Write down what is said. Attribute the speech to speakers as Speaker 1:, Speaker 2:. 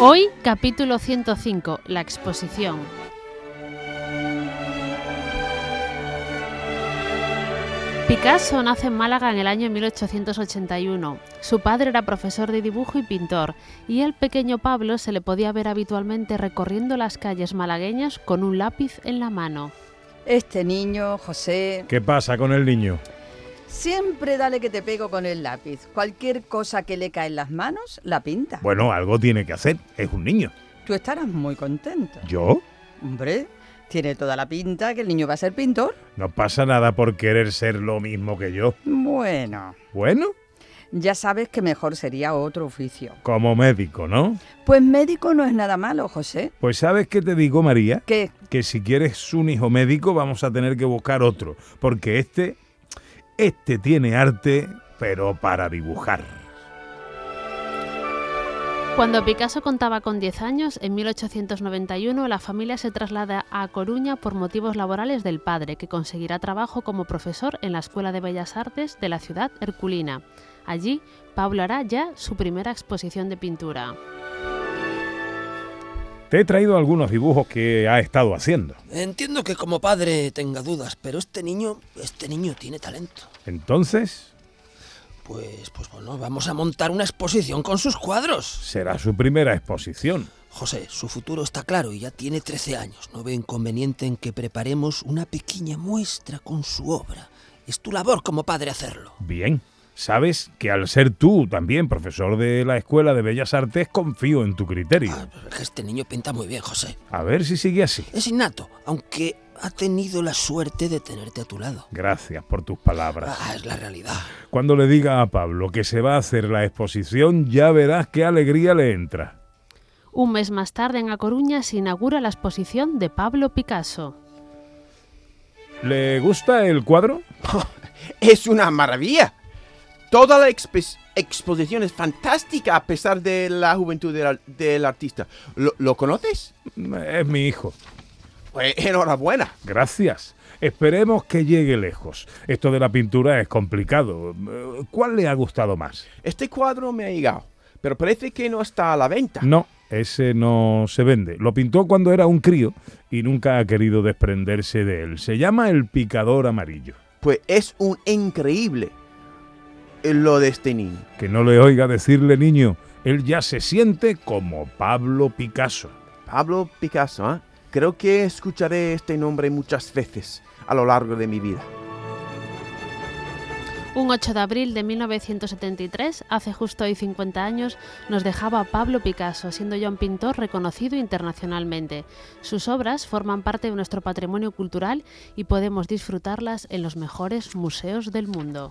Speaker 1: Hoy, capítulo 105, la exposición. Picasso nace en Málaga en el año 1881. Su padre era profesor de dibujo y pintor, y el pequeño Pablo se le podía ver habitualmente recorriendo las calles malagueñas con un lápiz en la mano.
Speaker 2: Este niño, José,
Speaker 3: ¿Qué pasa con el niño?
Speaker 2: siempre dale que te pego con el lápiz. Cualquier cosa que le cae en las manos, la pinta.
Speaker 3: Bueno, algo tiene que hacer. Es un niño.
Speaker 2: Tú estarás muy contento.
Speaker 3: ¿Yo?
Speaker 2: Hombre, tiene toda la pinta que el niño va a ser pintor.
Speaker 3: No pasa nada por querer ser lo mismo que yo.
Speaker 2: Bueno,
Speaker 3: Bueno,
Speaker 2: ya sabes que mejor sería otro oficio.
Speaker 3: como médico, ¿no?
Speaker 2: Pues médico no es nada malo, José.
Speaker 3: Pues sabes qué te digo, María,
Speaker 2: ¿Qué?
Speaker 3: que si quieres un hijo médico vamos a tener que buscar otro, porque este, este tiene arte, pero para dibujar.
Speaker 1: Cuando Picasso contaba con 10 años, en 1891 la familia se traslada a Coruña por motivos laborales del padre, que conseguirá trabajo como profesor en la Escuela de Bellas Artes de la ciudad herculina. Allí, Pablo hará ya su primera exposición de pintura.
Speaker 3: Te he traído algunos dibujos que ha estado haciendo.
Speaker 4: Entiendo que como padre tenga dudas, pero este niño, este niño tiene talento.
Speaker 3: Entonces,
Speaker 4: Pues, pues bueno, vamos a montar una exposición con sus cuadros.
Speaker 3: será su primera exposición.
Speaker 4: José, su futuro está claro y ya tiene 13 años. No ve inconveniente en que preparemos una pequeña muestra con su obra. Es tu labor como padre hacerlo.
Speaker 3: Bien. Sabes que al ser tú también profesor de la Escuela de Bellas Artes, confío en tu criterio.
Speaker 4: Ah, pero es que este niño pinta muy bien, José.
Speaker 3: A ver si sigue así.
Speaker 4: Es innato, aunque ha tenido la suerte de tenerte a tu lado.
Speaker 3: Gracias por tus palabras.
Speaker 4: Ah, es la realidad.
Speaker 3: Cuando le diga a Pablo que se va a hacer la exposición, ya verás qué alegría le entra.
Speaker 1: Un mes más tarde en A Coruña se inaugura la exposición de Pablo Picasso.
Speaker 3: ¿Le gusta el cuadro?
Speaker 5: Es una maravilla. Toda la expe- exposición es fantástica a pesar de la juventud del, ar- del artista. ¿Lo, lo conoces?
Speaker 3: Es mi hijo.
Speaker 5: Pues enhorabuena.
Speaker 3: Gracias. Esperemos que llegue lejos. Esto de la pintura es complicado. Eh, ¿Cuál le ha gustado más?
Speaker 5: Este cuadro me ha llegado, pero parece que no está a la venta.
Speaker 3: No, ese no se vende. Lo pintó cuando era un crío y nunca ha querido desprenderse de él. Se llama El Picador Amarillo.
Speaker 5: Pues es un increíble eh, lo de este niño.
Speaker 3: Que no le oiga decirle niño, él ya se siente como Pablo Picasso.
Speaker 5: Pablo Picasso, ¿ah? Creo que escucharé este nombre muchas veces a lo largo de mi vida.
Speaker 1: Un 8 de abril de 1973, hace justo hoy 50 años, nos dejaba Pablo Picasso, siendo ya un pintor reconocido internacionalmente. Sus obras forman parte de nuestro patrimonio cultural y podemos disfrutarlas en los mejores museos del mundo.